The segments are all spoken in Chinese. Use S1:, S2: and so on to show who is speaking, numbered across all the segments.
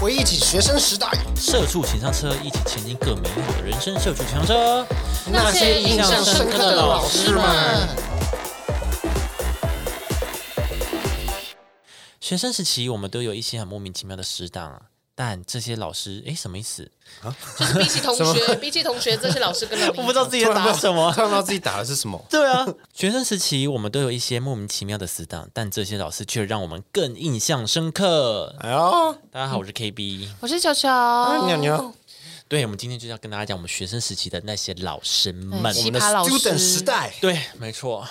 S1: 回忆起学生时代，
S2: 社畜情商车，一起前进更美好的人生。社畜情商车，
S1: 那些印象深刻的老师们。
S2: 学生时期我们都有一些很莫名其妙的死党啊，但这些老师，诶，什么意思？
S3: 就是比起同学，比起同学，这些老师更让你
S2: 我不知道自己在打 什么。
S4: 突然不知道自己打的是什么。
S2: 对啊，学生时期我们都有一些莫名其妙的死党，但这些老师却让我们更印象深刻。
S4: 哎呦，
S2: 大家好，我是 KB。
S3: 我是球球，嗯
S4: 妞妞，
S2: 对，我们今天就是要跟大家讲我们学生时期的那些老师
S1: 哎
S2: 们。
S3: 对
S4: 我
S3: 奇
S4: 们的
S3: 葩老师
S4: student 时代，
S2: 对，没错。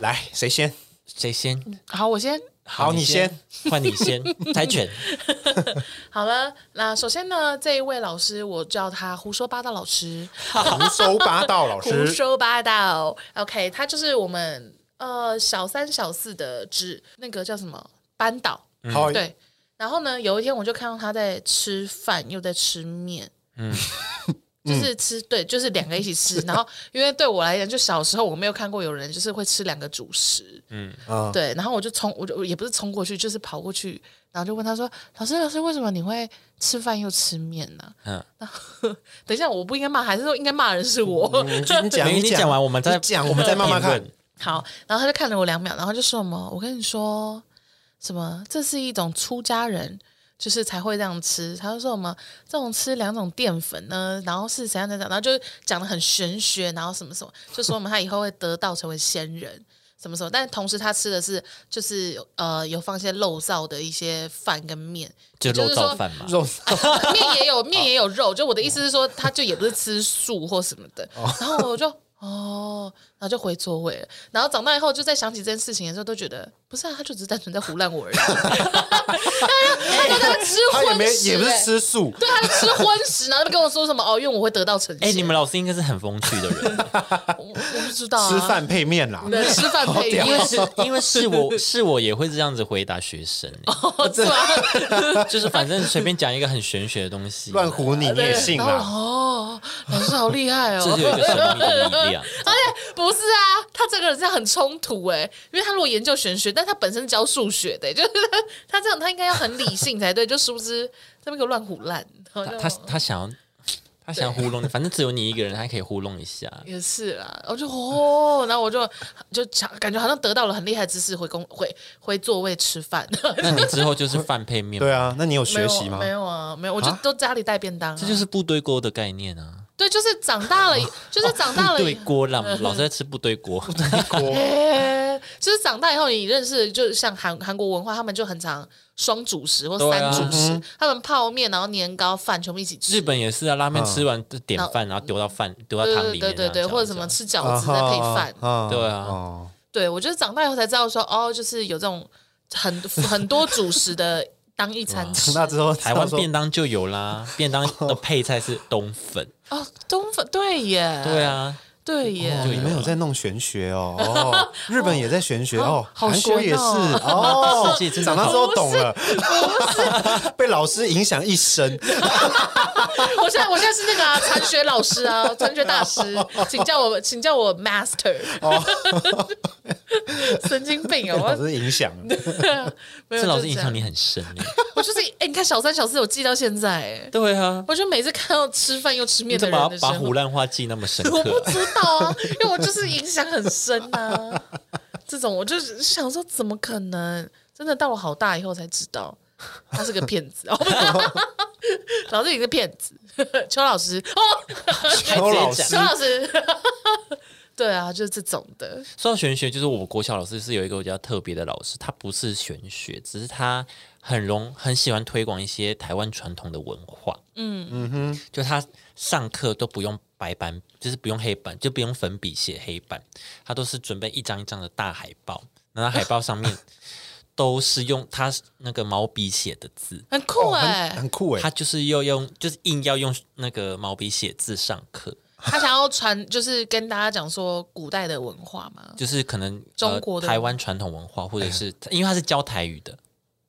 S4: 来谁先？
S2: 谁先？
S3: 好，我先
S4: 好，你先。，
S2: 换你先。 猜拳。
S3: 好了。那首先呢，这一位老师，我叫他胡说八道老师，
S4: 胡说八道，老
S3: 胡
S4: 师。
S3: 说八道。OK，他就是我们呃小三小四的指那个叫什么班导，
S2: 哎
S4: 好，
S3: 对。然后呢，有一天我就看到他在吃饭，又在吃面，嗯， 就是吃对，就是两个一起吃。然后因为对我来讲，就小时候我没有看过有人就是会吃两个主食，
S4: 嗯，
S3: 对。然后我就冲，我就我也不是冲过去，就是跑过去，然后就问他说：“老师，老师，为什么你会吃饭又吃面呢、
S2: 嗯，
S3: 等一下，我不应该骂，还是说应该骂人是我？
S4: 你你讲，
S2: 没你讲完我们再
S4: 你讲，我们再慢慢看
S2: 评。论
S3: 好，然后他就看了我两秒，然后就说什么：“我跟你说，什么这是一种出家人，就是才会这样吃。”他就说什么这种吃两种淀粉呢，然后是怎样怎样，然后就讲的很玄学，然后什么什么，就说我们他以后会得道成为仙人。什么什么，但同时他吃的是就是呃有放一些肉燥的一些饭跟面，
S2: 就
S3: 就
S2: 肉
S3: 是
S2: 燥
S3: 说
S2: 饭嘛。
S4: 肉
S3: 面也有面也有肉，就我的意思是说，他就也不是吃素或什么的。然后我就哦，然后就回座位了。然后长大以后，就在想起这件事情的时候，都觉得不是啊，他就只是单纯在胡 乱我而已。他就他就在吃
S4: 他也
S3: 荤
S4: 没
S3: 食、
S4: 也不是
S3: 欸，
S4: 吃素，
S3: 对，他就吃荤食，然后就跟我说什么哦，因为我会得到成
S2: 哎、
S3: 仙。
S2: 你们老师应该是很风趣的 人，
S3: 我我不知道、啊、
S4: 吃饭配面啦。
S3: 对吃 饭配
S2: 因为
S3: 音，
S2: 是，因为是我是我也会这样子回答学 生、
S3: 是吧？
S2: 哦
S3: 啊
S2: 就是反正随便讲一个很玄学的东西，
S4: 乱胡 你你也信啊
S3: 然
S4: 啦？
S3: 后哦，老师好厉害哦，
S2: 这就有一个神秘的力 量。
S3: 而且不是啊，他这个人是很冲突哎、因为他如果研究玄学，但他本身教数学的、就是他他这样他应该要很理性才对，就殊不知这边给我乱胡乱，然后就
S2: 他他 他想要他想要糊弄你，反正只有你一个人，他可以糊弄一下。
S3: 也是啦，我就哦，然后我就就想感觉好像得到了很厉害的知识，回公回回座位吃饭，
S2: 那你之后就是饭配面，
S4: 对啊，那你有学习吗
S3: 没有？没有啊，没有，我就
S4: 啊
S3: 都家里带便当、啊，
S2: 这就是不堆锅的概念啊。
S3: 对，就是长大了，就是长大
S2: 不
S3: 了以
S2: 堆锅啦，老师在吃不堆 锅，
S3: 欸 就是长大以后，你认识的就是像韩韩国文化，他们就很常双主食或
S2: 对
S3: 三
S2: 啊
S3: 主食，
S4: 嗯
S3: 他们泡面然后年糕饭全部一起吃。
S2: 日本也是啊，拉面吃完就点饭，然后丢到饭丢到
S3: 对
S2: 汤
S3: 对
S2: 里面，啊
S3: 对对对，
S2: 这样
S3: 或者什么吃饺子再配饭。
S4: 啊
S2: 对啊
S4: 哦
S3: 对我觉得长大以后才知道说，哦，就是有这种很很多主食的当一餐吃
S4: 长。大之后，
S2: 台湾便
S4: 变
S2: 当就有啦，便当的配菜是冬粉，
S3: 哦，东粉对 耶，
S2: 对，啊，
S3: 对耶。
S4: 你们有在弄玄学哦，哦，日本也在玄学哦，
S3: 好
S4: 韩国也
S3: 玄
S4: 是
S3: 哦
S4: 哦
S2: 世界，真的
S4: 长大之后懂了， 被老师影响一生，
S3: 我现在我现在是那个啊， 禅学老师啊，禅学大师，请叫我请叫我 master。神经病哦，
S4: 老
S3: 我
S4: 师影响了，
S3: 没有
S2: 这老
S3: 就
S2: 师
S3: 是
S2: 影
S3: 这
S2: 响
S3: 样
S2: 你很深 欸。
S3: 我就是哎、你看小三小四，我记到现在、哎，
S2: 对啊，
S3: 我就每次看到吃饭又吃
S2: 你
S3: 面
S2: 怎
S3: 的
S2: 么要
S3: 人的时
S2: 把胡
S3: 候，
S2: 乱话记那么深
S3: 我
S2: 刻
S3: 不
S2: 啊？
S3: 知道啊，因为我就是影响很深啊。这种我就是想说，怎么可能？真的到我好大以后才知道，他是个骗 子。哦，不是老师你是骗子，邱老师哦，
S4: 邱老
S2: 直接
S4: 师
S3: 邱老师， 对啊，就是这种的。
S2: 说到玄学，就是我国小老师是有一个比较特别的老师，他不是玄学，只是他很容很喜欢推广一些台湾传统的文化。嗯嗯哼，就他上课都不用白板，就是不用黑板，就不用粉笔写黑板，他都是准备一张一张的大海报，然后海报上 面都是用他那个毛笔写的字。
S3: 很酷
S2: 哦
S4: 很
S3: 哎、
S4: 很酷哎
S2: 他，就是要用，就是硬要用那个毛笔写字上课，
S3: 他想要传，就是跟大家讲说古代的文化嘛。
S2: 就是可能
S3: 中国的
S2: 呃、台湾传统文化，或者是因为他是教台语的，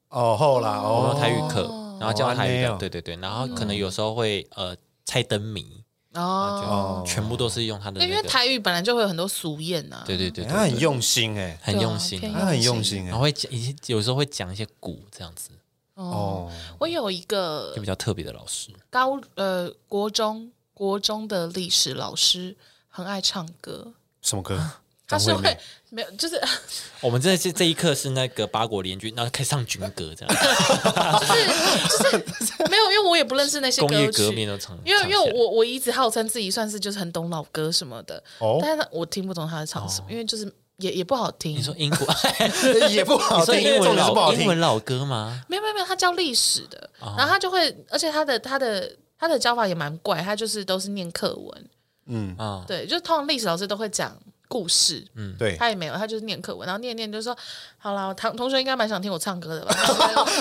S4: 哦后啦
S2: 我们
S4: 哦
S2: 有，台语课，然后教台语
S4: 哦
S2: 的，对对对，然后可能有时候会呃猜灯谜，
S3: 嗯哦，
S2: 全部都是用他的
S3: 对，因
S2: 那
S3: 为
S2: 个，
S3: 台语本来就会有很多俗谚呐、啊。
S2: 对对对
S4: 他
S2: 对，
S4: 很用心哎，
S2: 很用心
S3: 对啊
S2: 啊，
S4: 他很用心
S2: 然
S4: 哎，
S2: 后会讲一些，有时候会讲一些鼓这样子，
S4: 哦，
S3: 我有一个
S2: 就比较特别的老师。
S3: 高呃国中国中的历史老师很爱唱歌，
S4: 什么歌？
S3: 他是
S4: 张惠妹
S3: 会没有就是
S2: 我们这这这一课是那个八国联军，然后开始唱军歌 这样，
S3: 没有，因为我也不认识那些
S2: 工业
S3: 歌
S2: 革命
S3: 曲。
S2: 都唱。
S3: 因为因
S2: 唱
S3: 为
S2: 起来
S3: 我我一直号称自己算是就是很懂老歌什么的，
S4: 哦
S3: 但是我听不懂他在唱什么，因为就是也也不好听。
S2: 哦你说英 国，
S4: 也不好
S2: 你说
S4: 听，
S2: 哦英
S4: 重
S2: 文
S4: 点是不好
S2: 老英
S4: 听
S2: 文。老歌吗？
S3: 没有没有没有，他教历史的，
S2: 哦
S3: 然后他就会，而且他的他的他的教法也蛮怪，他就是都是念课文，
S4: 嗯，
S2: 啊，
S3: 对，就通常历史老师都会讲故事，
S4: 对，
S3: 他也没有，他就是念课文，然后念一念就说，好啦，同同学应该蛮想听我唱歌的 吧？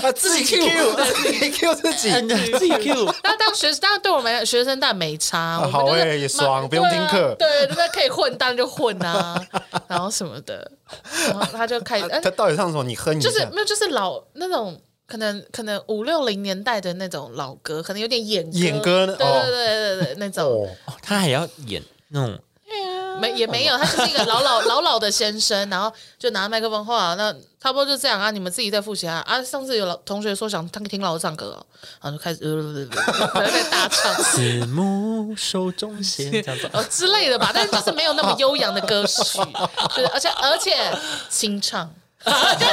S4: 啊，自己 Q，自己 Q 自己，
S2: 自己 Q
S3: 但当学生，但对我们学生但没差，我
S4: 好
S3: 们就是
S4: 欸也爽
S3: 妈
S4: 不用
S3: 对啊
S4: 听课
S3: 对，那可以混当然就混啊，然后什么的，然后他就开始，哎
S4: 啊他到底唱什么？你哼一
S3: 就是
S4: 下。
S3: 没有，就是老那种可能可能五六零年代的那种老歌，可能有点演
S4: 演歌呢
S3: 对
S4: 哦
S3: 对对对对，那种、
S4: 哦，
S2: 哦，他还要演那种
S3: 没也没有，他就是一个老老老老的先生，然后就拿麦克风话，那差不多就这样啊，你们自己再复习啊啊，上次有老同学说想听听老师唱歌、哦，然后就开始呃在大唱。
S2: 子母手中线这样 子。
S3: 呃之类的吧，但是就是没有那么悠扬的歌曲，就是而且而且清唱，很
S2: 啊
S3: 屌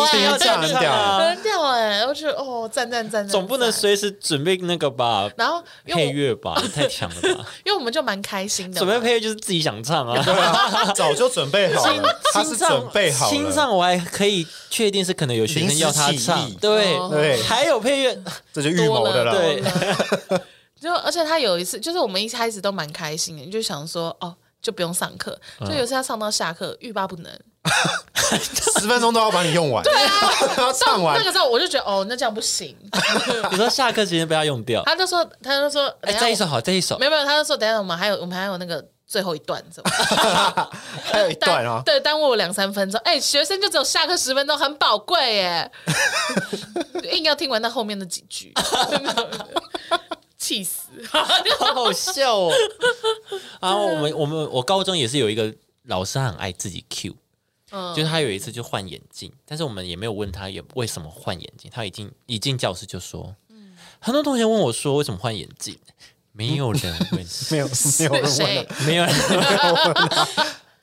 S3: 哎、
S4: 一定要这样很屌
S3: 很屌哎、我觉得哦，赞赞赞，赞
S2: 总不能
S3: 赞
S2: 随时准备那个吧？
S3: 然后因为
S2: 配
S3: 我
S2: 乐吧，也太强了 吧！
S3: 因为我们就蛮开心的嘛，
S2: 准备配乐就是自己想唱啊。
S4: 对啊，早就准备 好了，他是
S2: 清唱
S4: 准备好
S2: 清
S4: 了，
S2: 唱我还可以确定是可能有学生要他
S4: 临时起
S2: 唱
S4: 意，
S2: 哦对
S4: 对
S2: 还有配 乐，
S4: 这就预谋的啦。
S2: 多了
S3: 对，就而且他有一次，就是我们一开始都蛮开心的，就想说哦，就不用上课。
S4: 嗯
S3: 就有一次他上到下课，欲罢不能。
S4: 十分钟都要把你用 完， 对啊，要
S3: 到
S4: 唱完
S3: 那。个时候，我就觉得哦，那这样不行。
S2: 你说下课时间被他用掉。
S3: 他就说，他就说，
S2: 哎，
S3: 等
S2: 这一
S3: 一下
S2: 首好，这一首
S3: 我，没有没有，他就说，等一下我们还有我们还有那个最后一段， 怎么？
S4: 还有一段
S3: 耽
S4: 啊，
S3: 对，耽误我两三分钟。哎，学生就只有下课十分钟，很宝贵耶， 硬要听完那后面的几句， 气死！
S2: 好好笑 哦。啊，我们我们我高中也是有一个老师，他很爱自己 Q，
S3: 嗯
S2: 就是他有一次就换眼镜，但是我们也没有问他也为什么换眼镜，他一进一进教室就说，很多同学问我说为什么换眼镜，没有人问，
S4: 没有没有人问
S3: 谁
S4: 了，？
S2: 没有人问他，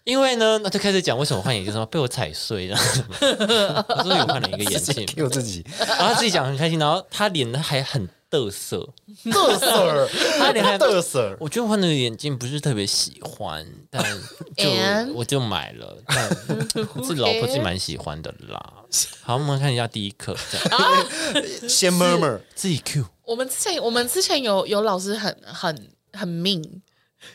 S2: 因为呢，那就开始讲为什么换眼镜，什么被我踩碎了，我说有换了一个眼镜，
S4: Q 自 己，
S2: 然后他自己讲很开心，然后他脸还很得瑟，
S4: 嘚瑟，
S3: 啊
S2: 他脸 还
S4: 嘚瑟，
S2: 我就换那个眼镜不是特别喜欢，但就
S3: And？
S2: 我就买了，但自己老婆自己蛮喜欢的啦。好，我们看一下第一课，这样
S4: 先 murmur，
S2: 自己 Q
S3: 我们之前我们之前有有老师很很很命，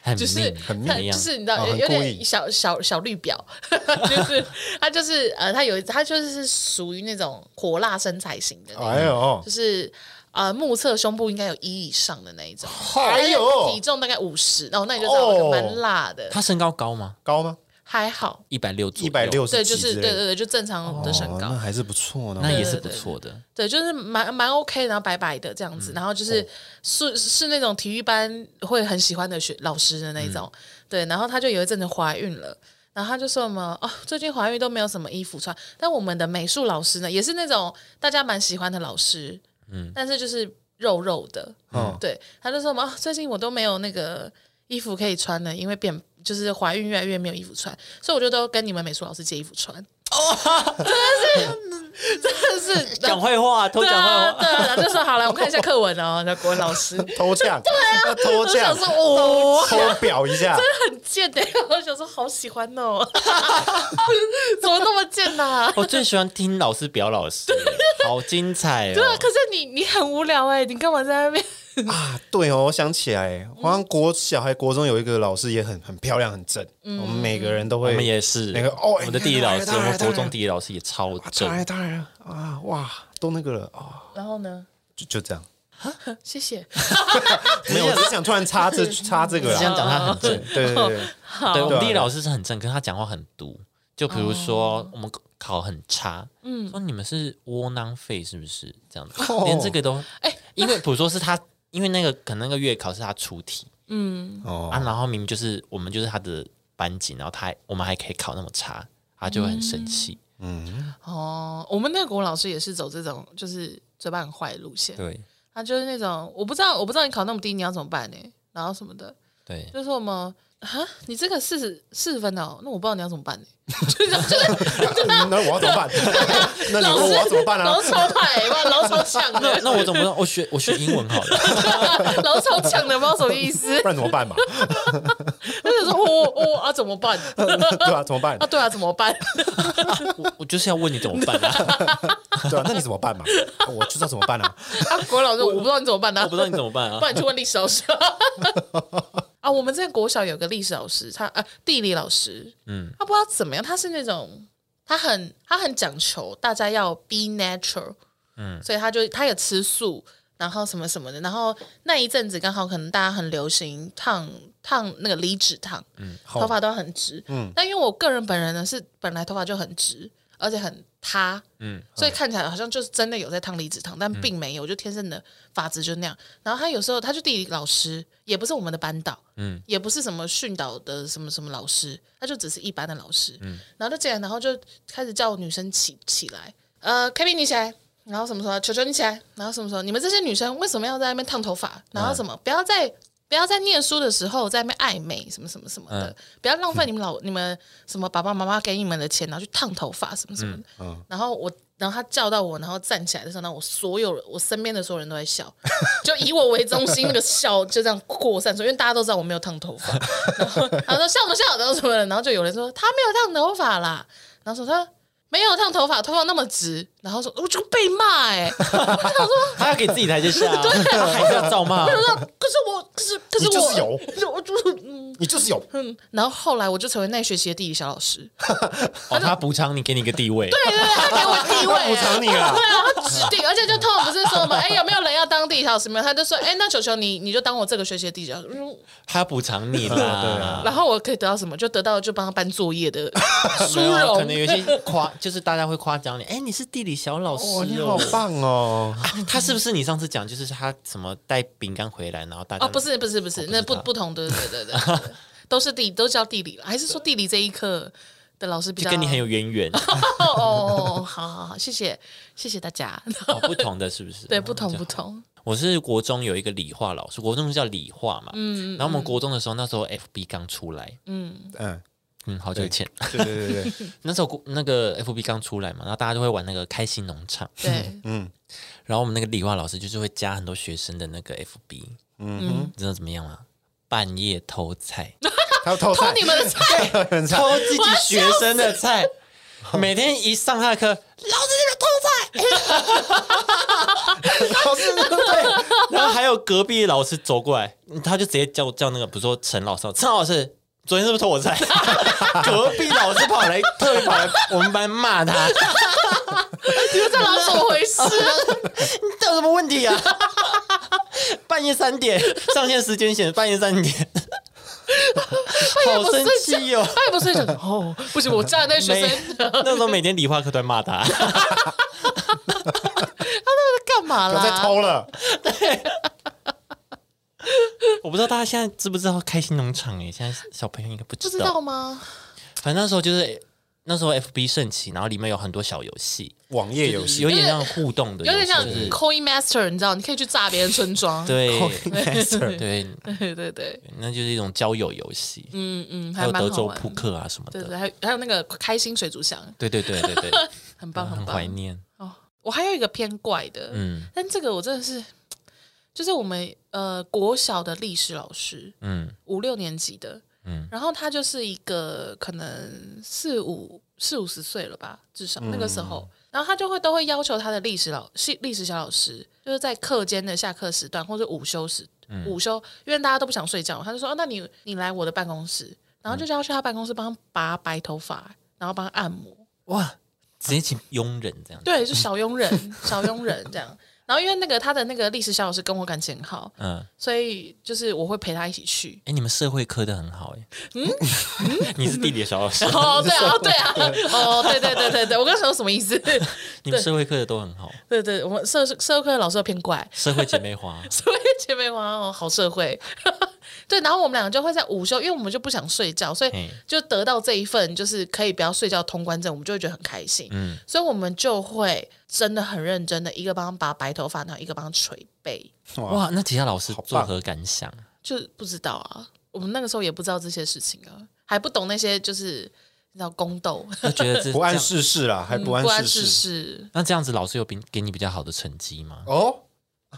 S2: 很
S3: 就是
S2: 命
S4: 很命
S3: 他
S2: 怎么样
S3: 就是你知道、
S4: 哦很
S3: 有
S4: 故
S3: 点
S4: 意
S3: 小小小绿婊， 就是他就是呃他有他就是属于那种火辣身材型的那种，
S4: 哎呦
S3: 就，是。呃，目测胸部应该有一以上的那一种，
S4: 哎呦
S3: 但是体重大概五十，哦，那你就知道
S4: 哦
S3: 蛮辣的，
S2: 他身高高吗？
S4: 高吗？
S3: 还好，
S2: 一百六左右，
S4: 一百六
S3: 对，
S4: 十
S3: 就
S4: 几
S3: 是
S4: 之类
S3: 对对
S4: 的，
S3: 对，就正常的身高，
S4: 哦那还是不错呢。
S2: 那也是不错的。
S3: 对，就是蛮蛮 OK，然后白白的这样子，然后就是是是那种体育班会很喜欢的学老师的那种，对，然后她就有一阵子怀孕了。然后她就说什么哦，最近怀孕都没有什么衣服穿。但我们的美术老师呢，也是那种大家蛮喜欢的老师，嗯，但是就是肉肉的，嗯
S4: 嗯，
S3: 对。她就说什么、哦最近我都没有那个衣服可以穿了，因为变就是怀孕越来越没有衣服穿，所以我就都跟你们美术老师借衣服穿。哦，真 的是，真的是，
S2: 讲坏话，偷
S3: 对
S2: 讲坏
S3: 啊，
S2: 话。
S3: 对啊，然后就说好了，我们看一下课文 哦，那国文老师，
S4: 偷呛， 要偷
S3: 啊我就
S4: 呛
S3: 想，说哦，
S4: 偷表一下，
S3: 很贱的，我想说好喜欢 哦，怎么那么贱啊呐、
S2: 我最喜欢听老师表老 师，好精彩
S3: 对啊，
S2: 哦！
S3: 可是你你很无聊哎、你干嘛在那边？
S4: 啊，对哦，我想起来，
S3: 嗯
S4: 好像国小还国中有一个老师也很很漂亮，很正。
S3: 嗯
S4: 我们每个人都
S2: 我
S4: 会，
S2: 们也是
S4: 那个哦，
S2: 我们的地理老师，
S4: 当
S2: 我
S4: 然
S2: 们国中
S4: 当然
S2: 地理老师也超正
S4: 当，然当然
S3: 嗯
S4: 啊，哇，都那个了啊，
S3: 然后呢？
S4: 就就这样。
S3: 谢谢。
S4: 没有，我只是想突然插这插这个
S2: 只想
S4: 啦。
S2: 讲他很
S4: 对
S2: 正。
S4: 对对对，
S2: 对，我们
S4: 对啊
S2: 地理老师是很正，可是他讲话很毒。就比如说，我们考很差，嗯，说你们是窝囊废是不是？这样子，
S4: 哦
S2: 连这个都，哎，因为比如说是他，因为那个可能那个月考是他出题啊，
S3: 嗯
S4: 哦，
S2: 然后明明就是我们就是他的班级，然后他还我们还可以考那么差，他就会很生气。
S3: 哦，我们那个国文老师也是走这种就是嘴巴很坏的路线，
S2: 嗯对
S3: 他就是那种我不知道我不知道你考那么低你要怎么办呢、然后什么的，
S2: 对，
S3: 就说我们。啊，你这个四十四十分的哦，那我不知道你要怎么办呢、 就是就是
S4: 啊那我要怎么办？那你
S3: 老
S4: 问
S3: 师
S4: 我要怎么办啊
S3: 老？师超派，哇，老师超强的，
S2: 那我怎么办？我学我学英文好了，
S3: 老师超强的，不知道什么意 思。
S4: 不然怎么办嘛？
S3: 他就说，哦哦啊，怎么办？
S4: 对吧？怎么办
S3: 啊，？对啊，怎么 办？
S2: 我我就是要问你怎么办啊？
S4: 对吧？那你怎么办嘛？我就知道怎么办啊！
S3: 啊，国老师，我不知道你怎么办呢、
S2: 我不知道你怎么办啊
S3: 不？然你去问历史老师。 啊，我们在国小有个历史老师，他呃地理老师，嗯，他不知道怎么样，他是那种他很他很讲求大家要 be natural，嗯，所以他就他也吃素，然后什么什么的，然后那一阵子刚好可能大家很流行烫烫那个离子烫，嗯，头发都很直，嗯，但因为我个人本人呢是本来头发就很直，而且很塌，所以看起来好像就是真的有在烫离子烫，但并没有，就天生的发质就那样。然后他有时候他就地理老师，也不是我们的班导，嗯，也不是什么训导的什么什么老师，他就只是一般的老师，嗯，然后就进来，然后就开始叫女生起起来，呃，Kevin 你起来。然后什么什么，球球你起来，然后什么什么，你们这些女生为什么要在那边烫头发？然后什么，不要再不要在念书的时候在那边暧昧什么什么什么的，不要浪费你们老、你们什么爸爸妈妈给你们的钱，然后去烫头发什么什么的。然后我，然后他叫到我，然后站起来的时候，那我所有人，我身边的所有人都在笑， 就以我为中心，那个笑就这样扩散出去，因为大家都知道我没有烫头发。然后他说笑什么笑，然后什么的，然后就有人说他没有烫头发啦，然后说他。没有烫头发，头发那么直，然后说我就被骂哎、
S2: 他要给自己台阶下 啊，他还是要造骂
S3: 我。就说可是我，可是可是
S4: 你
S3: 我，
S4: 就是有
S3: 可是我就是嗯，
S4: 你就是有，
S3: 嗯，然后后来我就成为那学期的地理小老师，
S2: 哦，他补偿你，给你一个地位。
S3: 对对对，他 给我地位、
S4: 补偿你啦
S3: 对啊，他指定，而且就通常不是说 嘛，哎，有没有人要当地理小老师？没有，他就说，哎，那球球你你就当我这个学期的地理小老师，嗯
S2: 他要补偿你啦。
S3: 然后我可以得到什么？就得到就帮他搬作业的殊
S2: 没有啊，
S3: 荣，
S2: 可能有些夸，就是大家会夸奖你，哎，你是地理小老师
S4: 哇，你好
S2: 哦。
S4: 棒哦！
S2: 他是不是你上次讲，就是他什么带饼干回来，然后大家
S3: 哦，不是不是不是，那不不同的，对对对对，对都是地都叫地理了，还是说地理这一课的老师比
S2: 就
S3: 较
S2: 跟你很有渊 源，
S3: 哦 哦哦，好好好，谢谢谢谢大家，
S2: 哦不同的是不哦是？
S3: 对，不同
S2: 就
S3: 不同，
S2: 我是国中有一个理化老师，国中叫理化嘛，嗯，然后我们国中的时候，那时候 FB 刚出来，
S4: 嗯，
S2: 嗯，好久以前，
S4: 对对对对，
S2: 那时候国那个 FB 刚出来嘛，然后大家就会玩那个开心农场，
S3: 对，
S2: 然后我们那个理化老师就是会加很多学生的那个 FB，嗯，你知道怎么样吗？半夜偷菜，
S4: 还有偷
S3: 偷
S4: 菜
S3: 哦 你，们的菜。
S4: 很菜，
S2: 偷自己学生的 菜，每天一上他的课，
S4: 老师对，
S2: 然后还有隔壁的老师走过来，他就直接叫叫那个，比如说陈老师，陈老师昨天是不是偷我 菜？隔壁老师跑来，特别跑来我们班骂他，你
S3: 这老师怎么回事？啊
S2: 这有什么问题啊？半夜三点上线时间显半夜三点，
S3: 哎
S2: 好生气哟、
S3: 他也不是想哦，不行，我站在那学
S2: 每
S3: 生
S2: 那时候每天理化课都在骂他，
S3: 干嘛
S4: 我在
S3: 啦？
S4: 偷了，
S2: 我不知道大家现在知不知道开心农场哎、现在小朋友应该不
S3: 不
S2: 知
S3: 知
S2: 道。
S3: 道吗？
S2: 反正那时候就是那时候 FB 盛起，然后里面有很多小游戏，
S4: 网页游戏
S2: 有点像互动的游
S3: 有
S2: 戏，
S3: 点
S2: 啊
S3: 像
S2: 就是
S3: Coin Master，你知道，你可以去炸别人村庄。
S2: 对
S4: master，
S2: 对，
S3: 对对对，
S2: 那就是一种交友游戏，
S3: 嗯嗯，
S2: 还有
S3: 蛮
S2: 德
S3: 好
S2: 州
S3: 玩
S2: 扑。克啊什么
S3: 对对，
S2: 的。
S3: 还有还有那个开心水族箱，
S2: 对对对对对，啊
S3: 很棒
S2: 很
S3: 棒
S2: 怀。念。
S3: 哦，我还有一个偏怪的，
S2: 嗯
S3: 但这个我真的是，就是我们呃国小的历史老师，
S2: 嗯
S3: 五六年级的，
S2: 嗯
S3: 然后他就是一个可能四五四五十岁了吧，至少那个时候，然后他就会都会要求他的历史老系历史小老师，就是在课间的下课时段或者午休时、午休，因为大家都不想睡觉，他就说：“哦，那你你来我的办公室。”然后就叫他去他办公室帮他拔白头发，然后帮他按摩。
S2: 哇，直接请佣人这样子。
S3: 对，就小佣人，小佣人这样。然后因为那个他的那个历史小老师跟我感情很好，
S2: 嗯，哎、
S3: 所以就是我会陪他一起去。
S2: 你们社会科的很好哎、 你是地理小老师，
S3: 哦，对 啊，对啊，哦，对对对对对，我刚想说什么意思？
S2: 你们社会科的都很好，
S3: 对对，我们社社会课的老师都偏怪，
S2: 社会姐妹花。
S3: 社会姐妹花哦，好社会。 对，然后我们两个就会在午休，因为我们就不想睡觉，所以
S2: 嘿
S3: 就得到这一份就是可以不要睡觉通关证，我们就会觉得很开心。嗯，所以我们就会真的很认真的，一个帮他拔白头发，然后一个帮他捶背，
S2: 哇，那其他老师作
S4: 棒
S2: 何感想？
S3: 就不知道啊。我们那个时候也不知道这些事情啊，还不懂那些就是你知道宫斗、
S2: 就觉得 这
S4: 不谙
S2: 这样
S4: 世事啦，还不
S3: 嗯不
S4: 谙
S3: 谙
S4: 世
S3: 世
S4: 事
S3: 事。
S2: 那这样子老师有比给你比较好的成绩吗？
S4: 哦。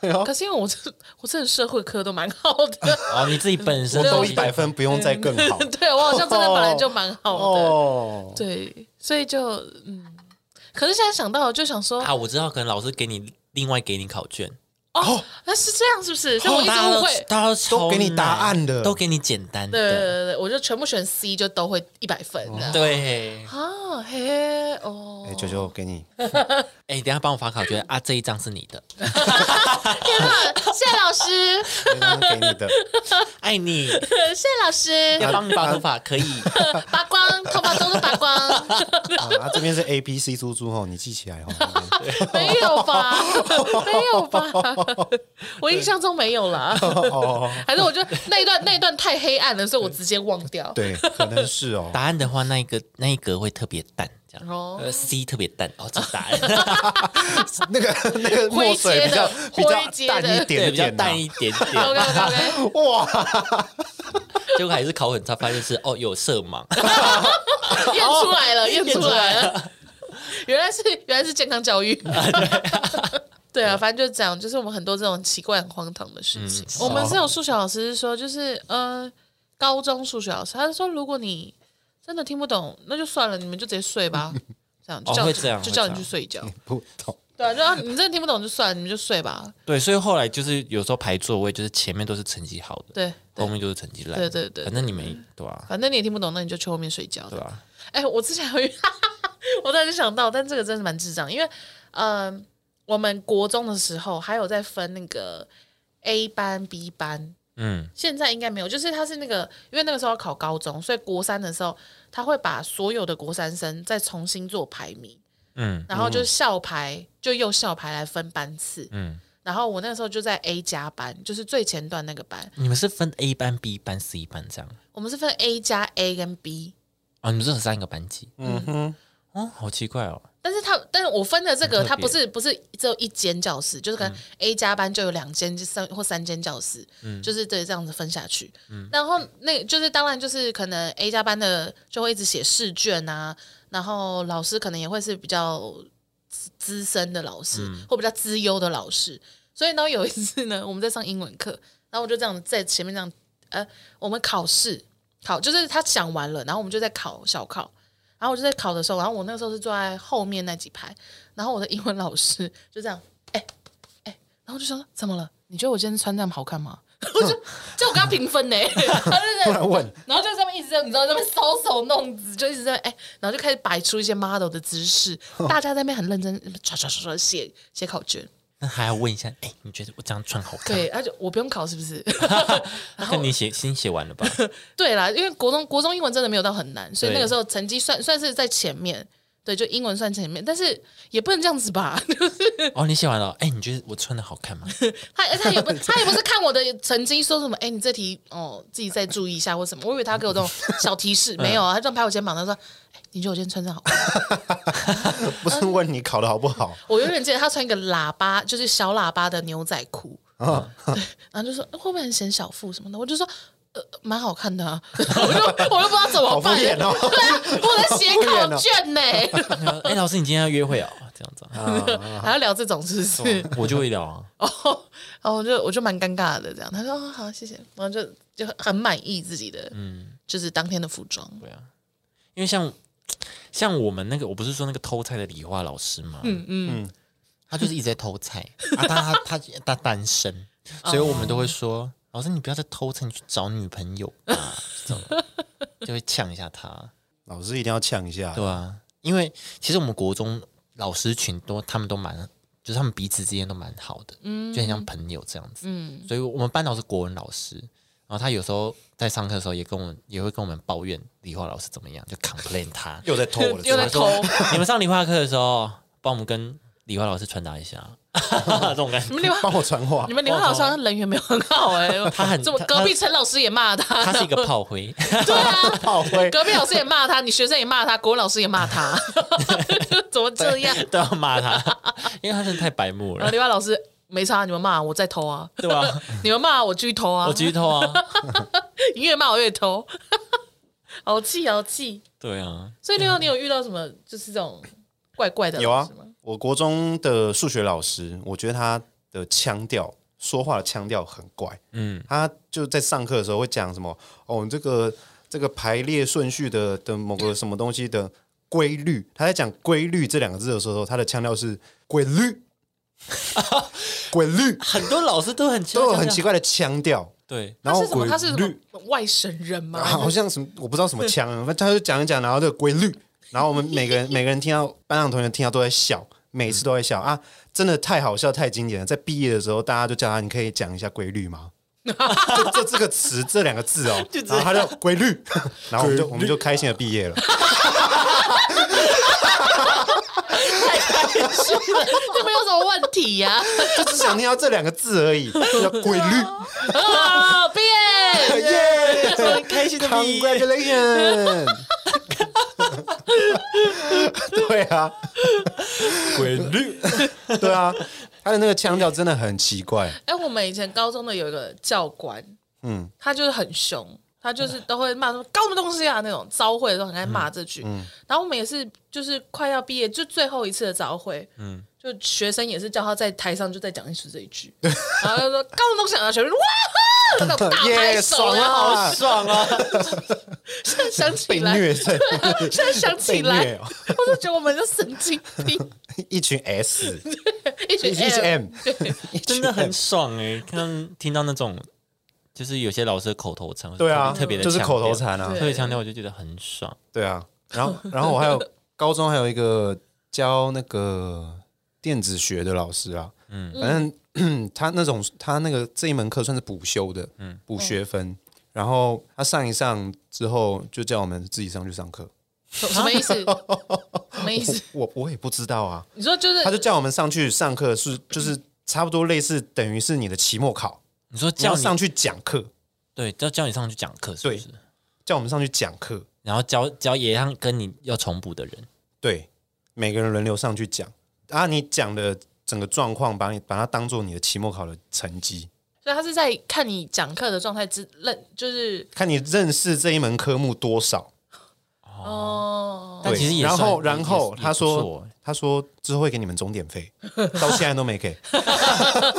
S4: 哎呦
S3: 可，是因为我这我这社会科都蛮好的，
S2: 哦，你自己本身
S4: 我都一
S2: 已经
S4: 百，分，不用再更好
S3: 对我好像真的本来就蛮好的。
S4: 哦。
S3: 对，所以就嗯，可是现在想到就想说，
S2: 啊，我知道，可能老师给你另外给你考卷，哦
S3: 哦，那是这样是不是？所以我一直
S2: 大家
S3: 误
S2: 都
S3: 会。
S2: 大家超
S4: 都给你答案
S2: 难
S4: 的
S2: 都给你简单
S3: 对对
S2: 的，
S3: 对嗯对，我就全部选 C，就都会一百分这样。
S2: 对。
S3: 啊，嘿哦
S4: 哎，，九九，给你
S2: 哎、等一下帮我发考卷啊，这一张是你的，
S3: 天哪！谢谢老师，
S4: 这张给你的，
S2: 爱你，
S3: 谢谢老师，
S2: 要帮你拔头发可以。
S3: 拔光头发都是拔光，
S4: 啊，啊这边是 A B C 猪猪哦，你记起来哦。
S3: 没有 吧？没有吧？我印象中没有啦。
S4: 哦，
S3: 还是我就那一段那一段太黑暗了，所以我直接忘掉。
S4: 对，可能是哦。
S2: 答案的话，那一个那一格会特别淡，这样。
S3: 哦
S2: 呃，C 特别淡哦，这是答案
S4: 那个那个墨水比较比
S3: 灰阶
S4: 较
S3: 的
S4: 淡一
S2: 对
S4: 点
S2: 比较
S4: 点啊，
S2: 淡一 点
S3: ，OK
S2: 点，
S3: OK OK。
S4: 哇，
S2: 结果还是考很差，发现是哦有色盲，
S3: 验出来
S2: 哦
S3: 了，验出来了， 原来是原来是健康 教育。
S2: 啊
S3: 对啊，反正就这样，就是我们很多这种奇怪、很荒唐的事情。
S2: 嗯
S3: 我们是有数学老师说，就是呃，高中数学老师，他就说，如果你真的听不懂，那就算了，你们就直接 睡吧，这样就
S2: 哦
S3: 叫你、
S2: 会这样
S3: 就叫
S2: 会这
S3: 你
S2: 样
S3: 去睡觉。
S4: 不懂
S3: 对啊，就让你们真的听不懂就算了，你们就睡吧。
S2: 对，所以后来就是有时候排座位，就是前面都是成绩好的，
S3: 对，
S2: 后面就是成绩烂，
S3: 对对对
S2: 反正你们对吧？
S3: 反正你也听不懂，那你就去后面睡觉。
S2: 对啊吧？
S3: 哎、我之前有遇， 我突然就想到，但这个真的蛮智障，因为，嗯、我们国中的时候还有在分那个 A 班、B 班，
S2: 嗯，
S3: 现在应该没有，就是他是那个，因为那个时候要考高中，所以国三的时候他会把所有的国三生再重新做排名，
S2: 嗯，
S3: 然后就是校排，就用校排来分班次，嗯
S2: 嗯。
S3: 然后我那个时候就在 A 加班，就是最前段那个班。
S2: 你们是分 A 班、B 班、C 班这样
S3: 我们是分 A 加 A 跟 B，
S2: 哦，你们是有三个班级，嗯哼，哦，好奇怪哦，
S3: 但是他，但是我分的这个，
S2: 很特别嗯
S3: 它不是不是只有一间教室，就是可能 A 加班就有两间、就三或三间教室，
S2: 嗯
S3: 就是对这样子分下去。然后那就是当然就是可能 A 加班的就会一直写试卷啊，然后老师可能也会是比较资资深的老师、或比较资优的老师。所以呢，有一次呢，我们在上英文课，然后我就这样在前面这样，呃，我们考试考就是他讲完了，然后我们就在考小考。然后我就在考的时候，然后我那个时候是坐在后面那几排，然后我的英文老师就这样，哎、哎、然后我就说怎么了？你觉得我今天穿这样好看吗？ 我就就我跟他评分 呢、
S4: 突
S3: 他就在
S4: 然问，
S3: 然后就在那边一直在，你知道在那边搔首弄姿，就一直在哎、然后就开始摆出一些 model 的姿势，大家在那边很认真，刷刷刷刷写写考卷。
S2: 那还要问一下，哎、你觉得我这样穿好看吗？
S3: 对，而且我不用考是不是？
S2: 那跟你写先写完了吧？
S3: 对啦，因为国中国中英文真的没有到很难，所以
S2: 对
S3: 那个时候成绩算算是在前面。对，就英文算前面，但是也不能这样子吧？
S2: 哦，你写完了，哎、你觉得我穿的好看吗？
S3: 他他 也不他也不是看我的成绩说什么，哎、你这题哦自己再注意一下或什么。我以为他给我这种小 提示，没有
S4: 嗯
S3: 啊，他这样拍我肩膀，他说，哎、你觉得我今天穿这样好看吗？
S4: 不是问你考的好不好？
S3: 我永远记得他穿一个喇叭，就是小喇叭的牛仔裤，
S4: 啊
S3: 对，然后就说会不会很显小腹什么的，我就说。呃，蛮好看的、啊， 我就我就不知道怎
S4: 好
S3: 么办，
S4: 敷衍哦
S3: 对啊，我在写
S4: 好敷衍
S3: 考
S4: 哦
S3: 卷呢、
S2: 哎、老师，你今天要约会哦，这样子啊、
S3: 还要聊这种是不是？
S4: 嗯
S2: 我就会聊啊。
S3: 哦，然后我就我就蛮尴尬的这样。他说、哦、好，谢谢，然后就就很满意自己的，嗯，就是当天的服装。
S2: 对啊，因为像像我们那个，我不是说那个偷菜的理化老师嘛，嗯嗯，他就是一直在偷 菜啊，他他他他单身，所以我们都会说，老师你不要再偷菜，你去找女朋友吧，这 种就会呛一下他，
S4: 老师一定要呛一下
S2: 对，啊，因为其实我们国中老师群都他们都蛮，就是他们彼此之间都蛮好的，就很像朋友这样子，所以我们班导是国文老师。然后他有时候在上课的时候也跟我们也会跟我们抱怨理化老师怎么样，就 complain 他，
S4: 又在偷我的
S3: 又
S4: 作
S3: 在
S4: 业，
S2: 我说你们上理化课的时候，帮我们跟理化老师传达一下。 这种感觉
S3: 你。们刘
S4: 帮我传话
S3: 你。们刘好像人缘没有很好哎、
S2: 他很
S3: 怎么
S2: 他
S3: 隔壁陈老师也骂他，
S2: 他是一个炮灰，
S3: 对啊，
S4: 炮灰
S3: 隔壁老师也骂他，你学生也骂他，国文老师也骂他，怎么这样？
S2: 都要骂他，因为他真的太白目
S3: 然后
S2: 了，
S3: 另外老师没差，你们骂我再偷啊，
S2: 对吧？
S3: 你们骂我继续偷啊，
S2: 我继续偷啊，
S3: 你越骂我越偷， 好气好气。
S2: 对啊，
S3: 所以六六，你有遇到什么就是这种怪怪的
S4: 有
S3: 老
S4: 啊
S3: 师吗？，
S4: 我国中的数学老师，我觉得他的腔调，说话的腔调很怪。
S2: 嗯，
S4: 他就在上课的时候会讲什么哦，这个这个排列顺序的的某个什么东西的规律。他在讲规律这两个字的时候，他的腔调是规 律，规律
S2: 很多老师都很
S4: 都有很奇
S2: 怪，
S4: 怪的腔调。
S2: 对，
S4: 然后
S3: 他是什么？他是
S4: 规
S3: 什
S4: 律，
S3: 么外省人吗？
S4: 啊 好像什么我不知道什么腔啊，反正他就讲一讲，然后这个规律，然后我们每个人每个人听到班上同学听到都在笑，每次都在笑啊，真的太好笑太经典了。在毕业的时候，大家就叫他，你可以讲一下规律吗？ 就这这个词这两个字哦，然后他就规律， 然后我们就我们就开心的毕业了。
S3: 你们有什么问题呀、
S4: 就只想听到这两个字而已，叫规律，
S3: 啊？变、
S4: 耶
S2: 开心的毕业
S4: ，Congratulations！对啊，
S2: 规律，
S4: 对啊，他的那个腔调真的很奇怪。
S3: 哎、我们以前高中的有一个教官，
S4: 嗯
S3: 嗯，他就是很凶，他就是都会骂说“搞什么东西啊”那种。招会的时候很爱骂这句。
S4: 嗯
S3: 然后我们也是，就是快要毕业，就最后一次的招会，嗯，就学生也是叫他在台上就再讲一次这一 句，然后他就说“搞什么东西啊”，学生就哇哈，那种大拍
S4: 耶，
S3: 手，
S4: 爽
S3: 然后
S4: 啊！
S2: 爽啊！
S3: 现在想起
S4: 被
S3: 来，
S4: 虐症，
S3: 现在想起
S4: 被虐
S3: 来
S4: 哦，
S3: 我就觉得我们就神经病，
S4: 一群 S，
S3: 一
S4: 一
S3: 群
S4: 群
S3: M
S4: M，一群
S2: 真的
S4: M
S2: 很爽哎、看听到那种就是有些老师的口头禅，
S4: 对啊，
S2: 特别的
S4: 就是口头
S2: 强
S4: 禅啊
S2: 调，
S3: 对，
S2: 特别强调，我就觉得很爽。
S4: 对啊。然后，然后我还 有高中还有一个教那个电子学的老师啊，嗯，反正 他那种他那个这一门课算是补修的，嗯，补学分。然后他上一上之后，就叫我们自己上去上 课。
S3: 什什么意 思？什么意思？
S4: 我我也不知道啊，
S3: 你说就是
S4: 他就叫我们上去上课是就是差不多类似等于是你的期末考，
S2: 你说
S4: 你要
S2: 叫你
S4: 上去讲课，
S2: 对，叫叫你上去讲课是不是？
S4: 叫我们上去讲课，
S2: 然后教教也让跟你要重补的 人，
S4: 对，每个人轮流上去讲啊，你讲的整个状况，把你把它当做你的期末考的成绩，
S3: 所以他是在看你讲课的状态之认，就是
S4: 看你认识这一门科目多少。
S3: 哦，
S2: 但
S4: 对，
S2: 其实也
S4: 然后
S2: 算
S4: 然后
S2: 也也
S4: 他
S2: 也
S4: 说
S2: 不错
S4: 他说之后会给你们钟点 费，到现在都没给，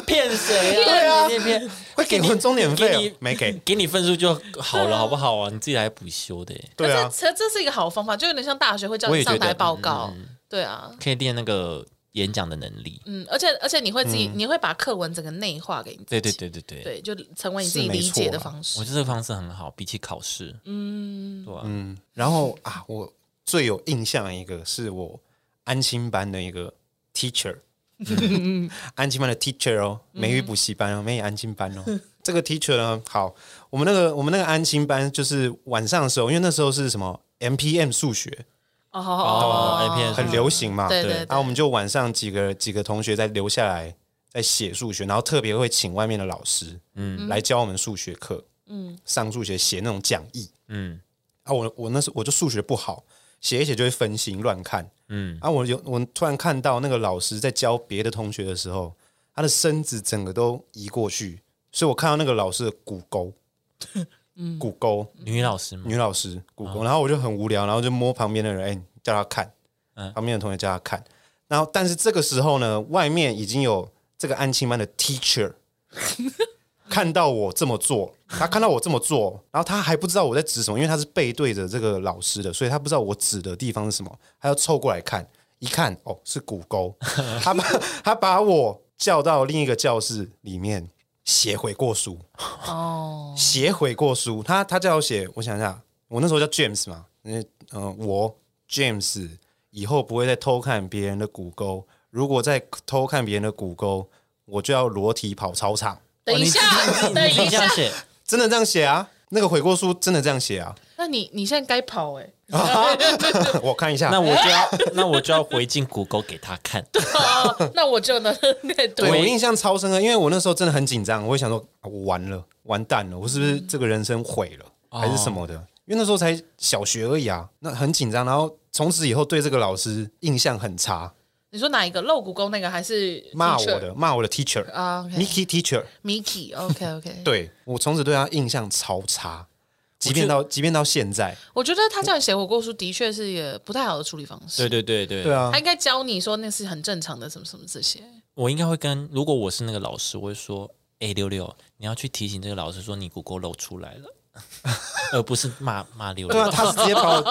S2: 骗谁啊？对啊，骗
S4: 会给我们钟点
S2: 给
S4: 费
S2: 你
S4: 哦没给，
S2: 给你分数就好了，好不好啊？你自己来补修的耶，欸
S4: 对啊
S3: 可，是这这是一个好方法，就有点像大学会叫
S2: 我
S3: 你
S2: 也觉
S3: 上
S2: 得
S3: 台报告，
S2: 嗯
S3: 对啊，
S2: 可以练那个演讲的能力。
S3: 嗯，而且而且你会
S4: 嗯
S3: 自己，你会把课文整个内化给你
S2: 对
S3: 自己，
S2: 对对对对，
S3: 对，就成为你自己
S4: 是没
S3: 理解
S4: 错啊
S3: 的
S4: 啦
S3: 方式
S2: 我。觉得这个方式很好，比起考试，嗯，对吧？
S4: 嗯，然后啊，我最有印象的一个是我安心班的一个 teacher，、安心班的 teacher 哦，
S3: 嗯
S4: 美语补习班哦，美语安心班哦。这个 teacher 呢，好，我们那个我们那个安心班就是晚上的时候，因为那时候是什么 MPM 数学
S3: 哦
S2: 哦，A 片
S4: 很流行嘛，
S3: 对对对
S4: 然后我们就晚上几个几个同学在留下来在写数学，然后特别会请外面的老师，嗯，来教我们数学课，嗯，上数学写那种讲义，
S2: 嗯
S4: 啊，我我那时我就数学不好，写一写就会分心乱看。
S2: 嗯，
S4: 啊，我有我突然看到那个老师在教别的同学的时候，他的身子整个都移过去，所以我看到那个老师的骨沟，骨沟
S2: 女老师嘛，
S4: 女老师骨沟，然后我就很无聊，然后就摸旁边的人，哎、叫他看，
S2: 嗯
S4: 旁边的同学叫他看。然后，但是这个时候呢，外面已经有这个安亲班的 teacher 看到我这么做，他看到我这么做，然后他还不知道我在指什么，因为他是背对着这个老师的，所以他不知道我指的地方是什么，他要凑过来看，一看哦是骨沟，他把他把我叫到另一个教室里面写悔过书，
S3: 哦，
S4: 写悔过书，他他叫我写，我想一下，我那时候叫 James 嘛，因为嗯、呃我 James 以后不会再偷看别人的骨沟，如果再偷看别人的骨沟，我就要裸体跑操场，
S3: 等一下，等
S2: 哦你
S3: 一
S2: 这
S3: 下
S2: 样，写，
S4: 真的这样写啊？那个悔过书真的这样写啊？
S3: 那你你现在该跑哦哎、
S4: 我看一下，
S2: 那我就要 那我就要回进谷歌给他看。
S3: 哦，那我就能 对
S4: 对我印象超深刻，因为我那时候真的很紧张，我会想说，啊我完了，完蛋了，我是不是这个人生毁了，还是什么的？因为那时候才小学而已啊，那很紧张，然后从此以后对这个老师印象很差，
S3: 你说哪一个露骨沟那个还是
S4: 骂我的，骂我的 teacher，Mickey
S3: 啊？OK、
S4: teacher，
S3: Miki OK OK，
S4: 对我从此对他印象超差，即便到即便到现在，
S3: 我觉得他叫你写火锅书的确是也不太好的处理方式。
S2: 对对对对，
S4: 对啊
S3: 他，应该教你说那是很正常的，什么什么这些。
S2: 我应该会跟，如果我是那个老师，我会说：“哎、六六，你要去提醒这个老师说你骨沟露出来了， 而不是骂骂六
S4: 对啊，
S2: 六。
S4: 他是直接把我，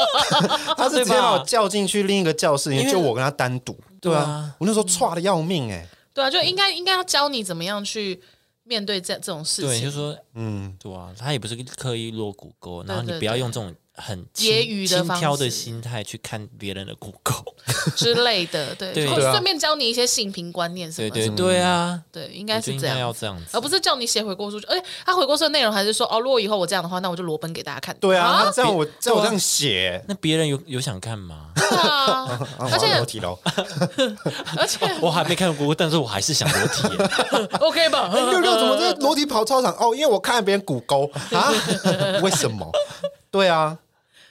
S4: 他是直接把
S2: 对
S4: 我
S2: 吧
S4: 叫进去另一个教室里面，
S2: 因为
S4: 就我跟他单独，对
S2: 对
S4: 啊
S2: 啊，
S4: 我那时候差的要命哎、
S3: 对啊，就应该应该要教你怎么样去面对这这种事
S2: 对，就
S3: 情，
S2: 说
S4: 嗯，
S2: 对啊，他也不是刻意落骨沟，然后你
S3: 对
S2: 不要
S3: 对
S2: 用这种很
S3: 揶揄的
S2: 轻
S3: 方
S2: 佻的
S3: 式
S2: 心态去看别人的骨 沟。
S3: 之类 的，对，
S2: 对
S3: 或
S4: 对
S3: 者
S4: 啊
S3: 顺便教你一些性平观念什
S2: 对
S3: 么
S2: 对
S3: 什么，
S2: 对啊，
S3: 对，应
S2: 我
S3: 该
S2: 觉得
S3: 是
S2: 应
S3: 这
S2: 该要
S3: 样，
S2: 这样子，
S3: 而不是叫你写悔过书。而且哎他悔过书的内容还是说，哦，如果以后我这样的话，那我就裸奔给大家看。
S4: 对 啊，这样我这样我这
S2: 对啊
S4: 样写、
S2: 那别人有有想看 吗？
S3: 对啊，
S4: 啊
S3: 而且
S4: 我要裸体喽，
S3: 而且
S2: 我还没看过，但是我还是想裸体耶。
S3: OK 吧？
S4: 六六怎么在裸体跑操场？哦，因为我看了别人骨沟啊，为什么？对啊，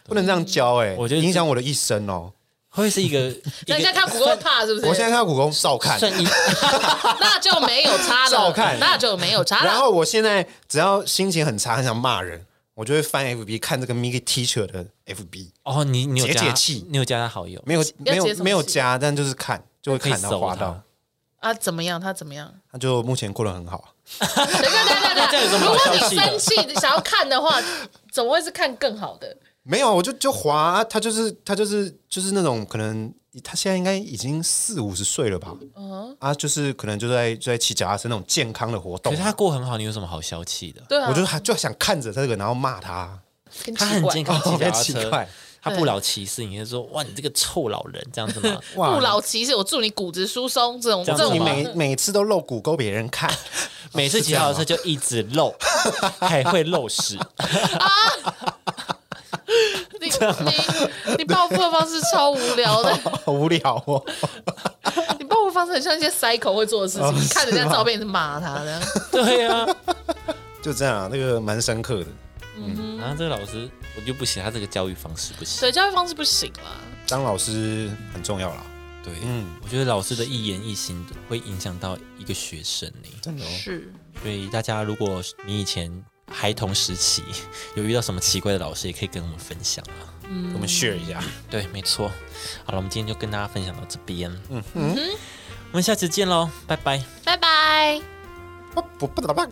S4: 不能这样教哎、
S2: 我觉得
S4: 影响我的一生哦。
S2: 会是一 个
S3: 人
S2: 一
S3: 家
S2: 个
S3: 看骨沟怕是不是？
S4: 我现在看到骨沟少看，
S2: 算一
S3: 那就没有差
S4: 照
S3: 了
S4: 看，
S3: 那就没有差
S4: 然
S3: 了。
S4: 后我现在只要心情很差，很想骂人，我就会翻 FB 看这个 Mickey Teacher 的 FB，
S2: 哦，你你有
S4: 解
S2: 加
S4: 解
S2: 他
S4: 气
S2: 你有加他好友，
S4: 没有
S3: 要
S4: 没
S3: 解什
S4: 有
S3: 么
S4: 没有
S3: 气
S4: 加，但就是看就会
S2: 可以
S4: 看到
S2: 搜
S4: 滑到
S2: 他。。
S3: 啊，怎么样？他怎么 样？
S4: 他就目前过得很好，
S3: 等一下，等一下，等
S2: 这样
S3: 一
S2: 有
S3: 下。
S2: 什
S3: 如
S2: 么好
S3: 果
S2: 消
S3: 你
S2: 气的
S3: 生气想要看的话，怎么会是看更好的？
S4: 没有，我就就滑、啊，他就是他就是就是那种可能他现在应该已经四五十岁了吧，
S3: 嗯
S4: 啊，就是可能就在就在骑脚踏车那种健康的活动啊
S2: 可是，他过很好，你有什么好消气的？
S3: 对啊，
S4: 我就还就想看着他这个，然后骂他，啊
S3: 很
S2: 他
S3: 奇
S2: 很
S3: 怪
S2: 健。康，骑脚踏
S4: 奇
S2: 车
S4: 怪，
S2: 他不老歧视，你就说哇，你这个臭老人这样子吗？
S3: 不老骑士，我祝你骨质疏松，这种
S2: 这
S3: 这
S2: 样子
S4: 你
S3: 种
S2: 吗
S4: 每每次都露骨沟别人 看，
S2: 每次骑脚踏车就一直漏，还会漏屎。
S3: 你你你报复的方式超无聊 的，
S4: 好无聊哦。
S3: 你报复方式很像一些 psycho 会做的
S2: 哦
S3: 事情，看人家照片是骂他的。
S2: 对啊，
S4: 就这样、啊，那个蛮深刻的。
S2: 然啊后这个老师我就不行，他这个教育方式不行。
S3: 对，教育方式不行啦。
S4: 当老师很重要啦，
S2: 对，
S4: 嗯
S2: 我觉得老师的一言一行会影响到一个学生呢。
S4: 真的、哦。
S3: 是，
S2: 所以大家，如果你以前孩童时期有遇到什么奇怪的老师，也可以跟我们分享啊。
S4: 我们 share 一下，
S2: 对，没错。好了，我们今天就跟大家分享到这边。嗯嗯，我们下次见喽，拜拜。
S3: 拜拜。
S4: 我不不怎么办？